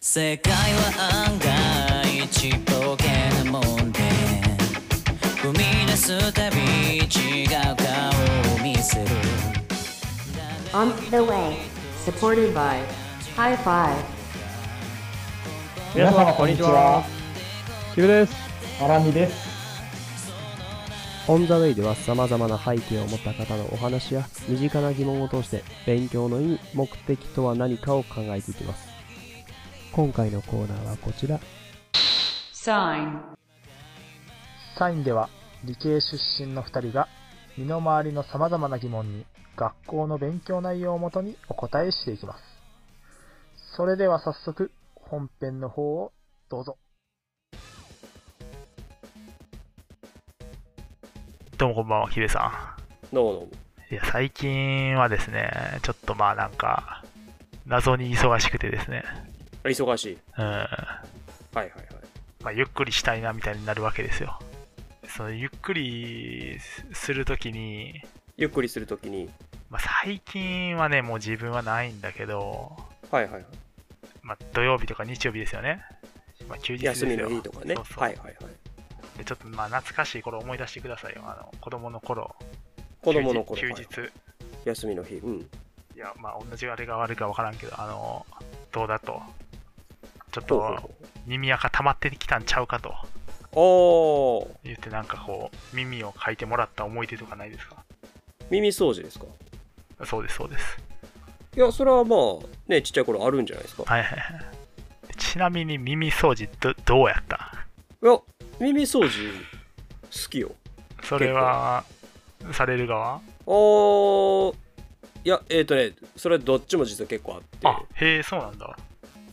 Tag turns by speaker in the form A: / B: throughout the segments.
A: 世界は案外ちっぽけなもんで踏み出すたび違う顔を見せる
B: On the way, supported by High Five.
C: 皆様こんにちは。
D: キムです。
C: アラミです。
E: オン・ザ・ウェイでは様々な背景を持った方のお話や身近な疑問を通して勉強の意味、目的とは何かを考えていきます。今回のコーナーはこちら。
B: Sign.
F: サインでは理系出身の2人が身の回りの様々な疑問に学校の勉強内容をもとにお答えしていきます。それでは早速本編の方をどうぞ。どうもこんばんは、ヒデさ
G: どうもどうも。
F: ん。いや、最近はですね、ちょっとまあなんか、謎に忙しくてですね、
G: あ忙しい。
F: うん、ま
G: はいはいはい。
F: あゆっくりしたいなみたいになるわけですよ。そのゆっくりするときに、
G: ゆっくりするときに、
F: まあ、最近はね、もう自分はないんだけど、
G: はいはいはい。
F: まあ、土曜日とか日曜日ですよね。まあ、休日です
G: 休
F: よ
G: みの日とかね。
F: そうそう
G: はいはいはい。
F: でちょっとまあ懐かしい頃思い出してくださいよ。あの子供の頃。
G: 子供の頃。
F: 休
G: は
F: 日。
G: い
F: 休日
G: 休みの日。うん。
F: いや、まあ同じあれが悪いか分からんけど、あの、どうだと。ちょっ
G: ほうほう
F: と耳垢溜まってきたんちゃうかと
G: ほう。あ
F: 言ってなんかこう耳をかいてもらった思い出とかないですか
G: ー、耳掃除ですか。
F: そうですそうです
G: いや、それはまあ、ね、ちっちゃい頃あるんじゃないですか。
F: はいはいはいちなみに耳掃除どどうやった
G: いや、耳掃除、好きよ。
F: それはされる側
G: あー、いや、えっ、ー、とね、それはどっちも実は結構あって、
F: あへえそうなんだ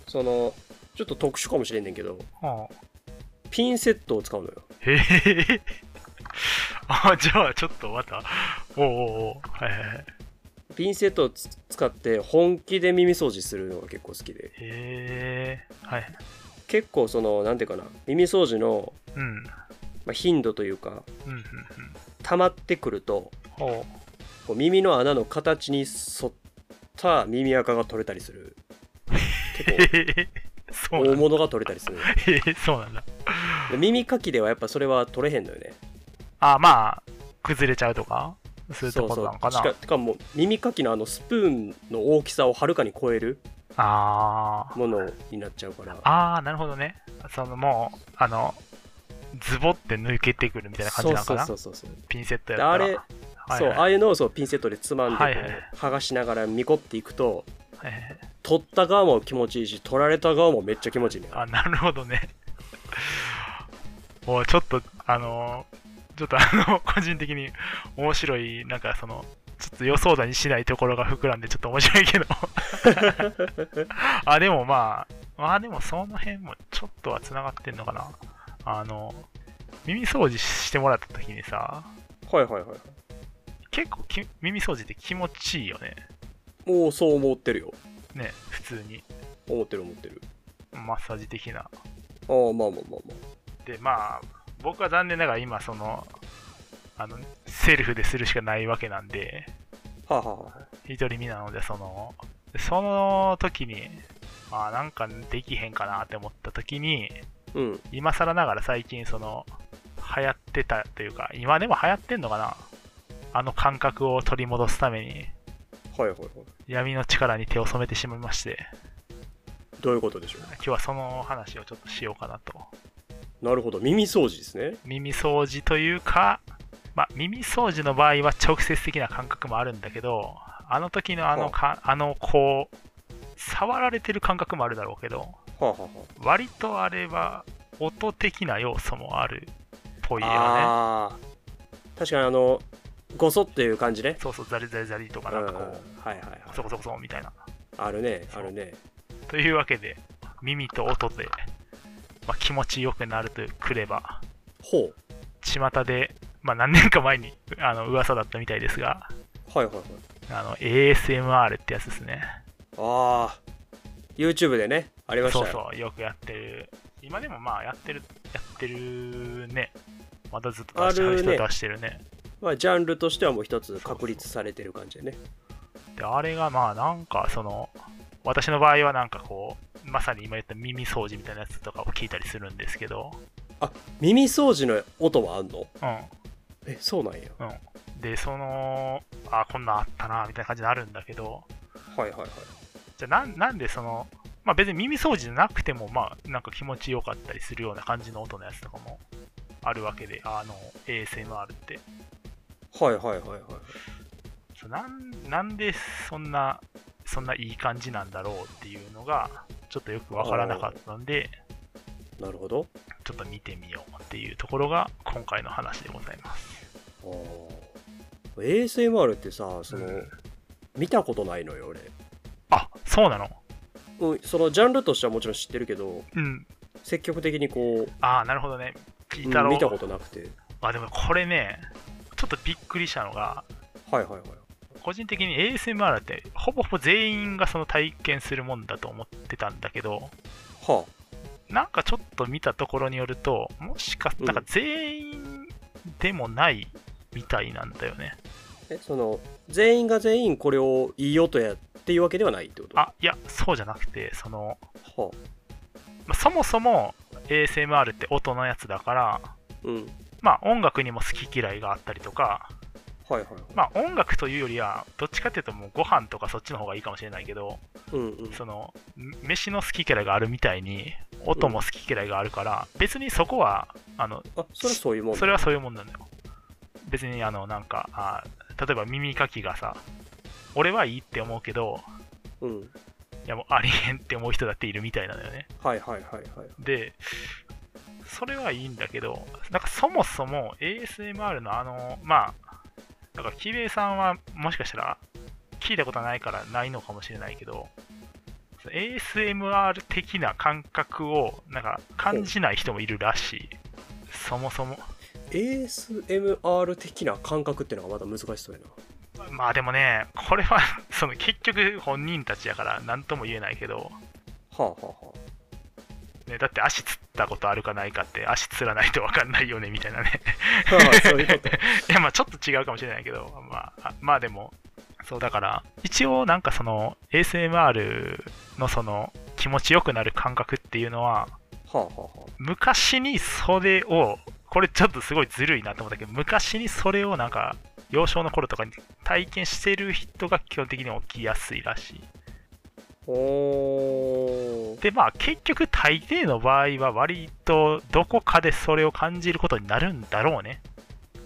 G: その、ちょっと特殊かもしれんねんけど、
F: はあ
G: ピンセットを使うのよ。
F: へえ あじゃあちょっとまたおうおうおうはいはいはい
G: ピンセットをつ使って本気で耳掃除するのが結構好きで、
F: へえはい
G: 結構その、なんていうかな、耳掃除の
F: うんうん
G: まあ、頻度というか
F: うんうん
G: 溜まってくると
F: ほ
G: こう耳の穴の形に沿った耳垢が取れたりする
F: う
G: 結
F: へえそ
G: 構
F: うな
G: 大
F: んだ
G: 物が取れたりする
F: へえそうなんだ
G: で耳かきではやっぱそれは取れへんのよね
F: あまあ崩れちゃうとかそういうとこ
G: そ
F: ろ
G: う
F: なのかな
G: しかしかも耳かきのあのスプーンの大きさをはるかに超える
F: あー
G: ものになっちゃうから
F: あーなるほどねそのもうあのズボって抜けてくるみたいな感じなのかな
G: そうそうそうそう
F: ピンセットや
G: で
F: ったら
G: あれ、
F: はい
G: そうあ
F: はい
G: あいうのをそうピンセットでつまんでこう、
F: はいはい
G: 剥がしながら見こっていくと
F: はいはい
G: 取った側も気持ちいいし取られた側もめっちゃ気持ちいいね
F: あ、なるほどね。 おちょっと、あのーちょっとあの、個人的に面白い、なんかその、ちょっと予想だにしないところが膨らんで、ちょっと面白い けど。あ、でもまあ、まあでもその辺もちょっとは繋がってんのかな。あの、耳掃除してもらった時にさ、
G: はいはいはい
F: 結構き耳掃除って気持ちいいよね。
G: もうそう思ってるよ
F: ね、普通に。
G: 思ってる思ってる
F: マッサージ的な。
G: ああまあまあまあまあ
F: でまあ僕は残念ながら今そのあのセルフでするしかないわけなんで
G: はあ、はあはあ、
F: 独り身なのでそのその時にあなんかできへんかなって思った時に
G: うん
F: 今更ながら最近その流行ってたというか今でも流行ってんのかなあの感覚を取り戻すために
G: はいはいはい
F: 闇の力に手を染めてしまいまして
G: どういうことでしょ
F: 今日はその話をちょっとしようかなと
G: うなるほど耳掃除ですね
F: 耳掃除というか、まあ、耳掃除の場合は直接的な感覚もあるんだけどあの時のあのかあのこう触られてる感覚もあるだろうけど
G: はあ、はあは
F: 割とあれは音的な要素もあるっぽいよね
G: あ、あー確かにあのごそっていう感じね
F: そうそうザリザリザリとか
G: う
F: なんん
G: う
F: か
G: ん
F: こ
G: は
F: う
G: いはいはい
F: コソコソコソみたいな
G: あるねあるね
F: というわけで耳と音で、まあ、気持ちよくなるとくれば
G: ほう
F: 巷で、まあ、何年か前にあの噂だったみたいですが
G: はいはいはい
F: あの ASMR ってやつですね
G: ああ YouTube でねありました
F: そ
G: よ
F: うそう、よくやってる。今でもまあやってる、やってるね。またずっと出して
G: あ
F: る
G: るね
F: 人出してるね。
G: まあ、ジャンルとしてはもう一つ確立されてる感じでね
F: で、あれがまあなんかその、私の場合はなんかこう、まさに今言った耳掃除みたいなやつとかを聞いたりするんですけど、
G: あ耳掃除の音はあんの
F: うん、
G: えそうなんや
F: うん。で、その、あ、こんなんあったな、みたいな感じになるんだけど、
G: はいはいはい
F: じゃあなんなんでその、まあ別に耳掃除じゃなくても、まあなんか気持ちよかったりするような感じの音のやつとかもあるわけで、あの、ASMR って。
G: はいはいはいはい
F: そうなんなんでそんな、そんないい感じなんだろうっていうのが、ちょっとよくわからなかったんで、
G: なるほど
F: ちょっと見てみようっていうところが今回の話でございます。
G: あー ASMR ってさその、
F: うん
G: 見たことないのよ俺、
F: あ、そうなの
G: うん、そのジャンルとしてはもちろん知ってるけど
F: うん。
G: 積極的にこ
F: ああ、なるほどね。聞
G: う、
F: いた
G: うん
F: ろ
G: 見たことなくて
F: あ、でもこれね、ちょっとびっくりしたのが、
G: はいはいはい
F: 個人的に ASMR ってほぼほぼ全員がその体験するもんだと思ってたんだけど
G: は
F: なんかちょっと見たところによるともしかし
G: うん
F: たら全員でもないみたいなんだよね、
G: あえその全員が全員これをいい音やっていうわけではないってこと
F: あいやそうじゃなくてその、
G: は
F: まあそもそも ASMR って音のやつだから
G: うん
F: まあ音楽にも好き嫌いがあったりとか
G: はいはいはい、
F: まあ音楽というよりはどっちかっていうともうご飯とかそっちの方がいいかもしれないけど
G: うんうん
F: そのん飯の好き嫌いがあるみたいに音も好き嫌いがあるから、別にそこはあの
G: あそれはそういうもんだ
F: それはそういうもんなんだよ別にあのなんかあ例えば耳かきがさ俺はいいって思うけど
G: うん
F: いやもうありえんって思う人だっているみたいなんだよね
G: はいはいはいはい
F: でそれはいいんだけどなんかそもそも ASMR のあのまあだからキベイさんはもしかしたら聞いたことないからないのかもしれないけどその ASMR 的な感覚をなんか感じない人もいるらしいそもそも
G: ASMR 的な感覚ってのがまた難しそうやな
F: まあでもね、これはその結局本人たちやから何とも言えないけど、
G: はあはあは
F: ね、だって足つったことあるかないかって足つらないと分かんないよねみたいなね。
G: あはあそういうこと
F: いやまあちょっと違うかもしれないけど、まあ、あまあでも、そうだから、一応なんかその ASMR のその気持ちよくなる感覚っていうのは、
G: はあはあは
F: 昔にそれを、これちょっとすごいずるいなと思ったけど、昔にそれをなんか幼少の頃とかに体験してる人が基本的に起きやすいらしい。
G: あおー
F: でまあ結局大抵の場合は割とどこかでそれを感じることになるんだろうね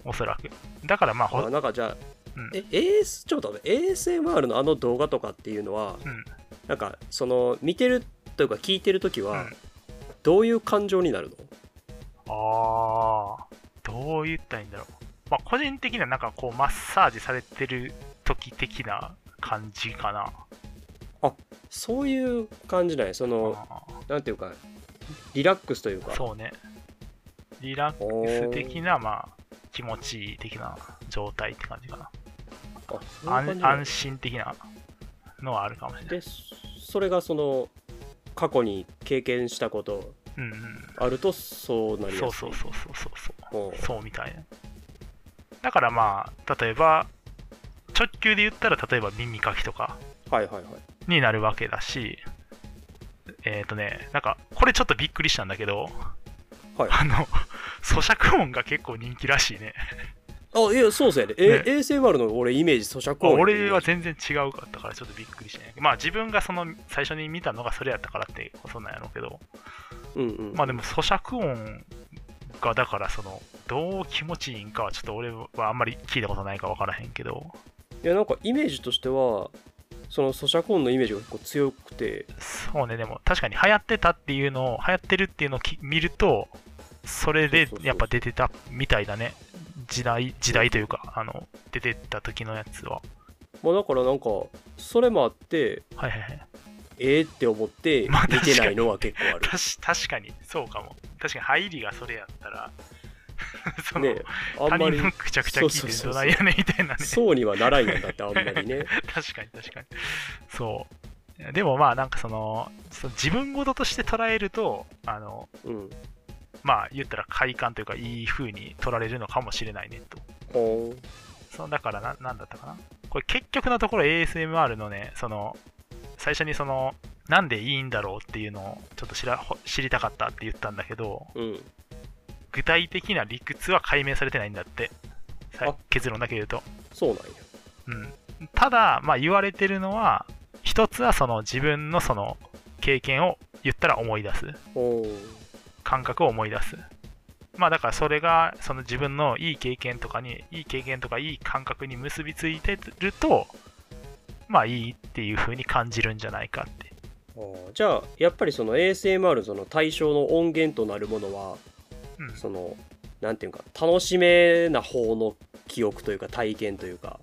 F: おそらくだからまあほ
G: あなんかじゃあ、
F: うん
G: え AS ちょっと待って ASMR のあの動画とかっていうのは、
F: うん
G: なんかその見てるというか聞いてる時は、
F: うん
G: どういう感情になるの
F: あーどう言ったらいいんだろうまあ個人的にはなんかこうマッサージされてる時的な感じかな
G: そういう感じなんやその
F: あ
G: なんていうかリラックスという
F: ー
G: か
F: そうねリラックス的なまあ気持ちいい的な状態って感じかな
G: あそういう
F: 安
G: 感じなんや
F: 安心的なのはあるかもしれない
G: でそれがその過去に経験したこと
F: うん
G: あるとそうな
F: う
G: り
F: ん
G: やすい
F: そうそうそうそうそうそう
G: おう
F: そうみたいな。だからまあ、例えば、直球で言ったら、例えば耳かきとか
G: はいはいはい
F: になるわけだし、えっ、ー、とね、なんか、これちょっとびっくりしたんだけど、
G: はい
F: あの、咀嚼音が結構人気らしいね。
G: あいやそうっすやで、え
F: ね
G: ASMR の俺イメージ咀嚼音
F: 俺は全然違うかったから、ちょっとびっくりしてね。まあ自分がその、最初に見たのがそれやったからって、そんなんやろうけど、
G: うんうん
F: まあでも咀嚼音が、だからその、どう気持ちいいんかはちょっと俺はあんまり聞いたことないから分からへんけど、
G: いやなんかイメージとしてはその咀嚼音のイメージが結構強くて
F: そうね、でも確かに流行ってたっていうのを、流行ってるっていうのをき見ると、それで
G: そうそうそう
F: やっぱ出てたみたいだね。時代、時代というか、あの、出てった時のやつは。
G: まあだからなんかそれもあって
F: はいはいはい。
G: ええって思って
F: まあ
G: 見てないのは結構ある、
F: たし確かに、そうかも。確かに入りがそれやったら、 その、
G: ねあ
F: 他
G: んま
F: 人
G: り
F: のくちゃくちゃ聞いて
G: そ
F: ど
G: うそうそうそう
F: ないやねんみたいなね。
G: そうにはならんやんだってあんま りね
F: 確かに確かに。そう。でもまあなんかその、その自分事として捉えると、あの、
G: うん
F: まあ言ったら快感というかいい風に取られるのかもしれないねと。
G: ほ
F: そのだからな、なんだったかな。これ結局のところ ASMR のね、その、最初にその、なんでいいんだろうっていうのをちょっと知らほ知りたかったって言ったんだけど、
G: うん。
F: 具体的な理屈は解明されてないんだって、さ
G: あ
F: 結論だけ言うと。
G: そうなんや。
F: うん、ただ、まあ、言われてるのは、一つはその自分のその経験を言ったら思い出す、
G: おー
F: 感覚を思い出す。まあだからそれがその自分のいい経験とかにいい経験とかいい感覚に結びついてるとまあいいっていう風に感じるんじゃないかって
G: あーじゃあやっぱりその ASMR のその対象の音源となるものは
F: うん
G: そのなんていうか楽しめな方の記憶というか体験というか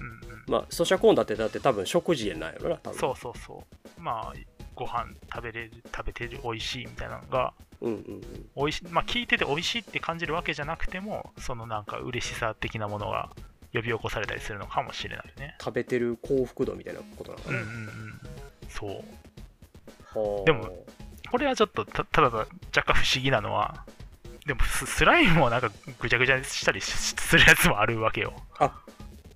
F: うんうん
G: まあ咀嚼音だってだって多分食事なんやろな多分
F: そうそうそうまあご飯食べれる食べてる美味しいみたいなのが
G: ううんうんうん
F: 美味しいまあ聞いてて美味しいって感じるわけじゃなくてもそのなんか嬉しさ的なものが呼び起こされたりするのかもしれないね
G: 食べてる幸福度みたいなことなのか
F: うんう
G: なん
F: うんそう
G: はあ
F: でもこれはちょっとたただ若干不思議なのはでもススライムもなんかぐちゃぐちゃにしたりしするやつもあるわけよ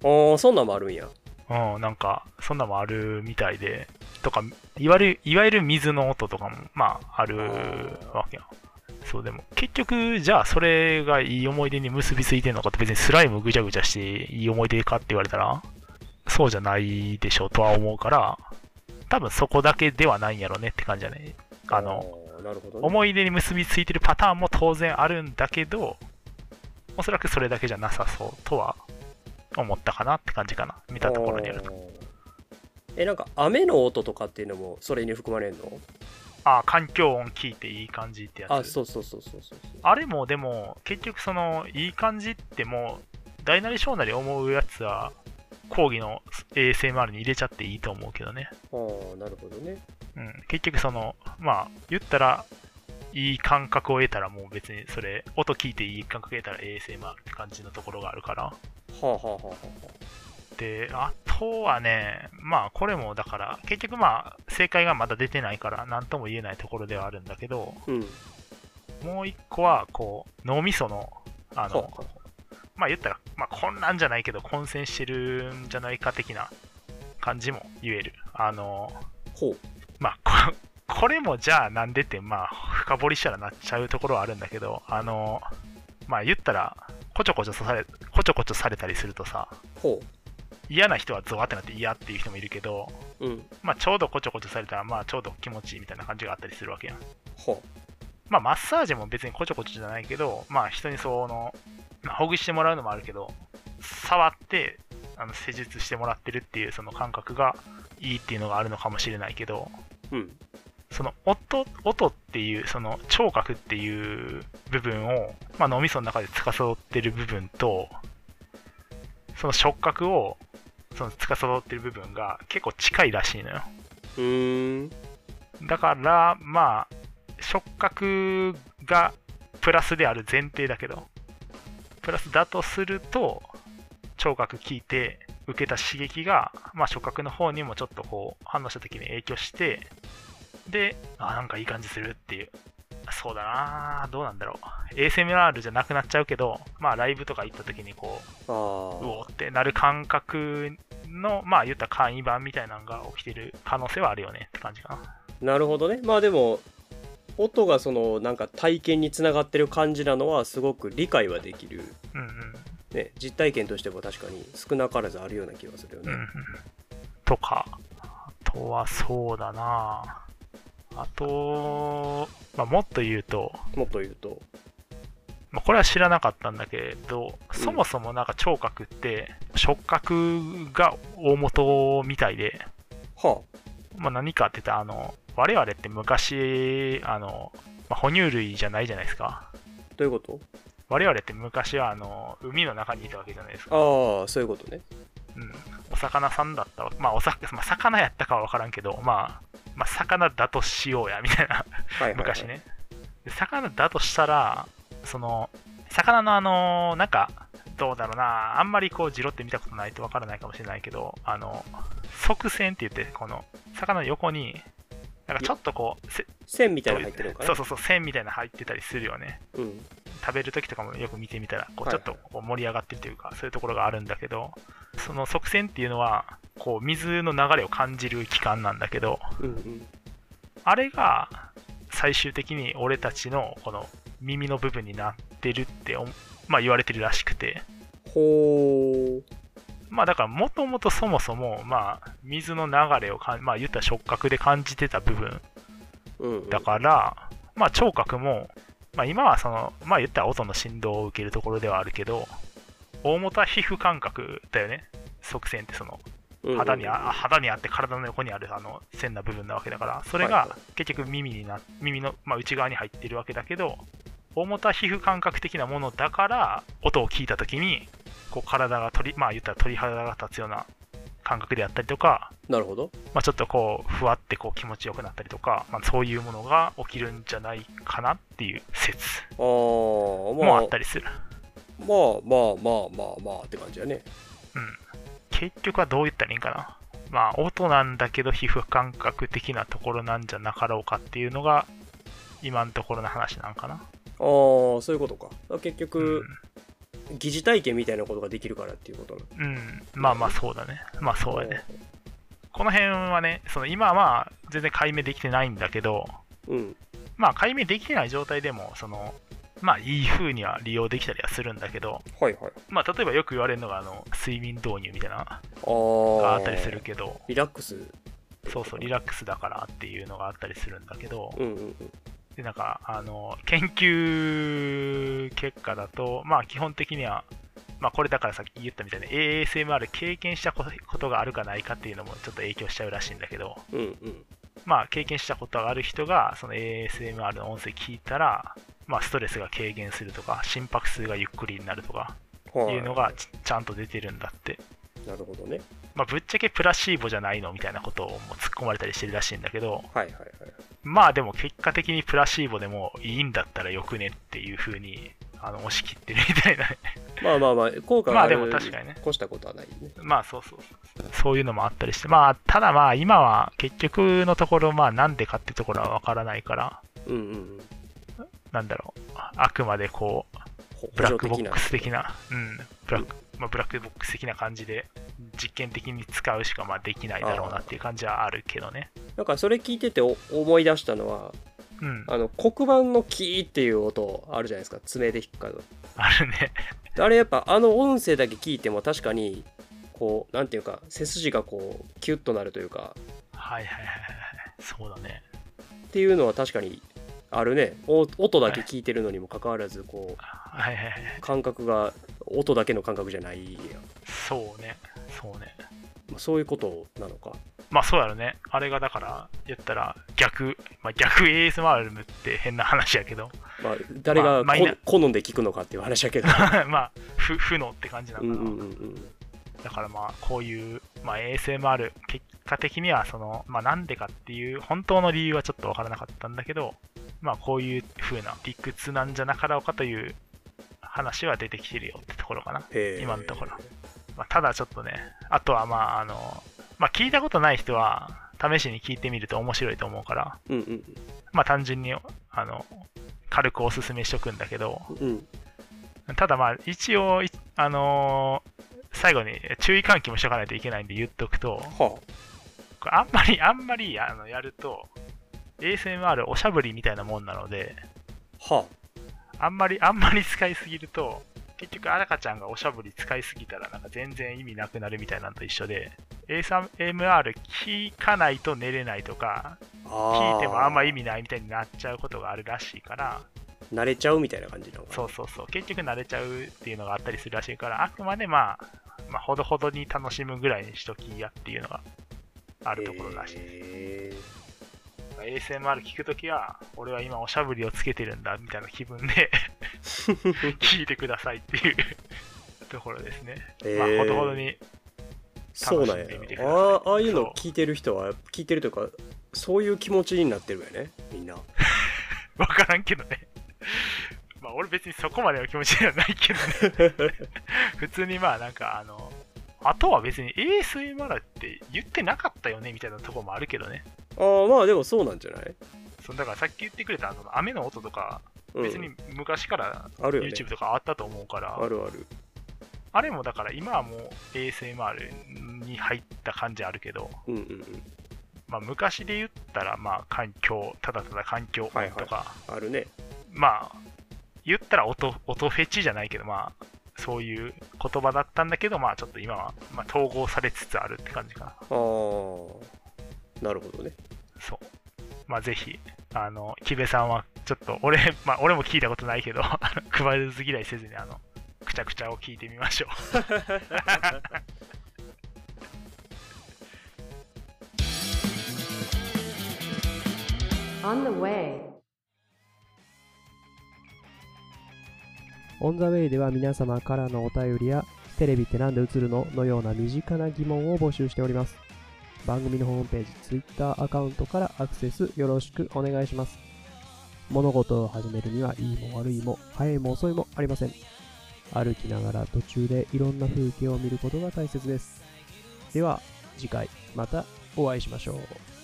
G: ああそんなんもあるんや
F: うんなんかそんなもあるみたいでとかいわゆるいわゆる水の音とかもまああるわけよそうでも結局じゃあそれがいい思い出に結びついてるのかって別にスライムぐちゃぐちゃしていい思い出かって言われたらそうじゃないでしょうとは思うから多分そこだけではないんやろねって感じじゃないあの
G: あーなるほど、ね、
F: 思い出に結びついてるパターンも当然あるんだけどおそらくそれだけじゃなさそうとは思ったかなって感じかな見たところによると
G: あーえなんか雨の音とかっていうのもそれに含まれるの
F: ああ環境音聞いていい感じってやつ
G: あそうそうそうそうそうそう
F: あれもでも結局そのいい感じってもう大なり小なり思うやつは講義の ASMR に入れちゃっていいと思うけどね、
G: ああなるほどね
F: うん、結局そのまあ言ったらいい感覚を得たらもう別にそれ音聞いていい感覚得たら ASMR って感じのところがあるから
G: はあはあはあはあ
F: で、あとはね、まあこれもだから、結局まあ正解がまだ出てないから何とも言えないところではあるんだけど、
G: うんは
F: もう一個はこう、脳みその、あ
G: あは
F: の、まあ言ったら、まあ混乱じゃないけど混戦してるんじゃないか的な感じも言える。あの、
G: あほう
F: まあこ、これもじゃあなんでって、まあ深掘りしたらなっちゃうところはあるんだけど、あの、まあ言ったら、こちょこちょされ、こちょこちょされたりするとさ、
G: ほ
F: 嫌な人はゾワってなって嫌っていう人もいるけど、
G: ううん
F: まあ、ちょうどこちょこちょされたら、まあ、ちょうど気持ちいいみたいな感じがあったりするわけやん。
G: ほ
F: まあ、マッサージも別にこちょこちょじゃないけど、まあ、人にその、まあほぐしてもらうのもあるけど、触って、あの、施術してもらってるっていう、その感覚がいいっていうのがあるのかもしれないけど、
G: ううん
F: その音、音っていう、その聴覚っていう部分を、まあ、脳みその中で司ってる部分と、その触覚を、その司ってる部分が結構近いらしいのよ。
G: うーん
F: だから、まあ、触覚がプラスである前提だけど、プラスだとすると、聴覚聞いて受けた刺激が、まあ、触覚の方にもちょっとこう反応した時に影響して、で、あ、なんかいい感じするっていう。そうだなどうなんだろう。ASMR じゃなくなっちゃうけど、まあライブとか行った時にこ
G: あ
F: う、う
G: ー
F: おーってなる感覚の、まあ言ったら簡易版みたいなのが起きてる可能性はあるよねって感じかな。
G: なるほどねまあでも音がそのなんか体験につながってる感じなのはすごく理解はできる、
F: うんうん。
G: ね、実体験としても確かに少なからずあるような気がするよね、
F: とか、あとはそうだなあと、まあ、もっと言うと、
G: もっと言うと
F: まあ、これは知らなかったんだけど、そもそもなんか聴覚って触覚が大元みたいで、
G: は
F: まあ、何かって言ったら、あの、我々って昔、あの、まあ、哺乳類じゃないじゃないですか。
G: あどういうこと
F: 我々って昔はあの海の中にいたわけじゃないですか。
G: ああそういうことね
F: うん、お魚さんだったわまあおさ、まあ、魚やったかは分からんけど、まあ、まあ魚だとしようやみたいな
G: はいはい、はい、
F: 昔ねで魚だとしたらその魚のあのなんかどうだろうなあんまりこうじろって見たことないと分からないかもしれないけどあの側線って言ってこの魚の横になんかちょっとこうせ
G: 線みたいなの入ってるのかな
F: そうそうそう線みたいなの入ってたりするよね
G: うん
F: 食べる時とかもよく見てみたらこう
G: はい
F: ちょ
G: は
F: っ
G: い
F: とこう盛り上がってるというかそういうところがあるんだけどその側線っていうのはこう水の流れを感じる器官なんだけど
G: うんうん
F: あれが最終的に俺たちのこの耳の部分になってるってお、まあ、言われてるらしくて
G: ほう
F: まあだからもともとそもそもまあ水の流れをかんまあ言ったら触覚で感じてた部分
G: うんうん
F: だからまあ聴覚もまあ今はそのまあ言ったら音の振動を受けるところではあるけど大元は皮膚感覚だよね側線ってその
G: うんうん
F: 肌にあ肌にあって体の横にあるあの線な部分なわけだからそれ
G: はい
F: が結局耳にな耳の、まあ、内側に入ってるわけだけど大元は皮膚感覚的なものだから音を聞いた時にこう体が鳥まあ言ったら鳥肌が立つような感覚であったりとか、
G: なるほど
F: まあ、ちょっとこうふわってこう気持ちよくなったりとか、まあ、そういうものが起きるんじゃないかなっていう説
G: あーま
F: も
G: あ
F: あったりする、
G: まあまあまあまあまあって感じやね
F: 結局はどう言ったらいいんかなまあ音なんだけど皮膚感覚的なところなんじゃなかろうかっていうのが今のところの話なんかな
G: ああそういうことかだから
F: う
G: 結
F: ん
G: 局、疑似体験みたいなことができるからっていうことな
F: う
G: の
F: ん、まあまあそうだねまあそうやねこの辺はねその今はまあ全然解明できてないんだけど
G: うん
F: まあ解明できてない状態でもそのまあいい風には利用できたりはするんだけど
G: はいはい
F: まあ例えばよく言われるのがあの睡眠導入みたいな
G: あ
F: のが
G: あ
F: あったりするけど
G: リラックス
F: そうそうリラックスだからっていうのがあったりするんだけど、
G: うんうんうん
F: でなんかあの研究結果だと、まあ、基本的には、まあ、これだからさっき言ったみたいに ASMR 経験したことことがあるかないかっていうのもちょっと影響しちゃうらしいんだけど、
G: うんうん
F: まあ、経験したことがある人がその ASMR の音声聞いたら、まあ、ストレスが軽減するとか心拍数がゆっくりになるとか
G: はい
F: いうのがちちゃんと出てるんだって、
G: なるほどね
F: まあ、ぶっちゃけプラシーボじゃないのみたいなことをもう突っ込まれたりしてるらしいんだけど、
G: はいはいはい
F: まあでも結果的にプラシーボでもいいんだったらよくねっていう風にあの押し切ってるみたいな
G: まあまあまあ効果
F: ま
G: が
F: あ
G: あ
F: で
G: る
F: も確かにね
G: 越したことはないね
F: まあそうそうそうそういうのもあったりしてまあただまあ今は結局のところまあなんでかってところはわからないから
G: うんうんうん
F: なんだろうあくまでこう
G: ほ
F: ブラック
G: 補
F: ボ
G: 助
F: ックス的なうんブラック、まあ、ブラックボックス的な感じで実験的に使うしかまあできないだろうなっていう感じはあるけどね
G: なんかそれ聞いててお思い出したのは
F: うん
G: あの黒板のキーっていう音あるじゃないですか爪で引っかく
F: あるね
G: あれやっぱあの音声だけ聞いても確かにこうなんていうか背筋がこうキュッとなるというか
F: はいはいはいはいそうだね
G: っていうのは確かにあるねお音だけ聞いてるのにもかかわらずこう
F: はいはいはい
G: 感覚が音だけの感覚じゃないやん
F: そうねそうね
G: まあそういうことなのか
F: まあそうやろね。あれがだから、言ったら逆、まあ、逆 ASMR って変な話やけど、
G: まあ誰がこ、
F: まあマイナ
G: 好んで聞くのかっていう話だけ ど
F: まあ、不不能って感じな
G: うん
F: の
G: う
F: かな。
G: んうんうん
F: だからまあ、こういう、まあ、ASMR、結果的にはその、まあなんでかっていう、本当の理由はちょっとわからなかったんだけど、まあこういう風な理屈なんじゃなかろうかという話は出てきてるよってところかな。
G: へー
F: 今のところ。まあ、ただちょっとね、あとはまあ、あの、まあ聞いたことない人は、試しに聞いてみると面白いと思うから、
G: うんうん
F: まあ単純にあの軽くおすすめしとくんだけど、
G: うん
F: ただまあ一応、いあのー最後に注意喚起もしとかないといけないんで言っとくと、
G: は
F: これあんまり、あんまりあのやると、ASMR おしゃぶりみたいなもんなので、
G: あは
F: あんまり、あんまり使いすぎると、結局、赤ちゃんがおしゃぶり使いすぎたら、なんか全然意味なくなるみたいなのと一緒で、ASMR 聞かないと寝れないとか、
G: あ
F: 聞いてもあんま意
G: 味
F: 味ないみたいになっちゃうことがあるらしいから、
G: 慣れちゃうみたいな感じなのかな
F: そうそうそう、結局慣れちゃうっていうのがあったりするらしいから、あくまでまあ、まあ、ほどほどに楽しむぐらいにしときやっていうのがあるところらしい。
G: へー
F: ASMR 聞くときは、俺は今おしゃぶりをつけてるんだみたいな気分 で聞いてくださいっていう ところですね。まあ、
G: へー
F: ほどほどに、
G: そうなんや
F: 楽しんでみてくだ
G: あ
F: さい
G: あああいう
F: そ
G: の
F: う
G: 聞いてる人は聞いてるというかそういう気持ちになってるよねみんな
F: わからんけどね。まあ、俺別にそこまでの気持ちではないけどね。 普通にまあなんかあのあとは別に ASMR って言ってなかったよねみたいなとこもあるけどね
G: ああまあでもそうなんじゃない、
F: そのだからさっき言ってくれたあの雨の音とか
G: うん、
F: 別に昔から
G: あるよね
F: YouTube とかあったと思うから、
G: あるある
F: あれもだから今はもう ASMR に入った感じあるけど
G: うんうんうん
F: まあ、昔で言ったら、まあ、環境、ただただ環境音とか、
G: はいはいあるね。
F: まあ、言ったら音音フェチじゃないけど、まあ、そういう言葉だったんだけど、まあ、ちょっと今は、まあ、統合されつつあるって感じかな。
G: あーなるほどね。
F: そう。まあ、ぜひ、あの、木部さんは、ちょっと、俺、まあ、俺も聞いたことないけど、 あの配らず嫌いせずに、あの、くちゃくちゃを聞いてみましょう。
B: On the way.
E: オンザウェイでは皆様からのお便りやテレビってなんで映るののような身近な疑問を募集しております。番組のホームページ、Twitter アカウントからアクセスよろしくお願いします。物事を始めるにはいいも悪いも早いも遅いもありません。歩きながら途中でいろんな風景を見ることが大切です。では次回またお会いしましょう。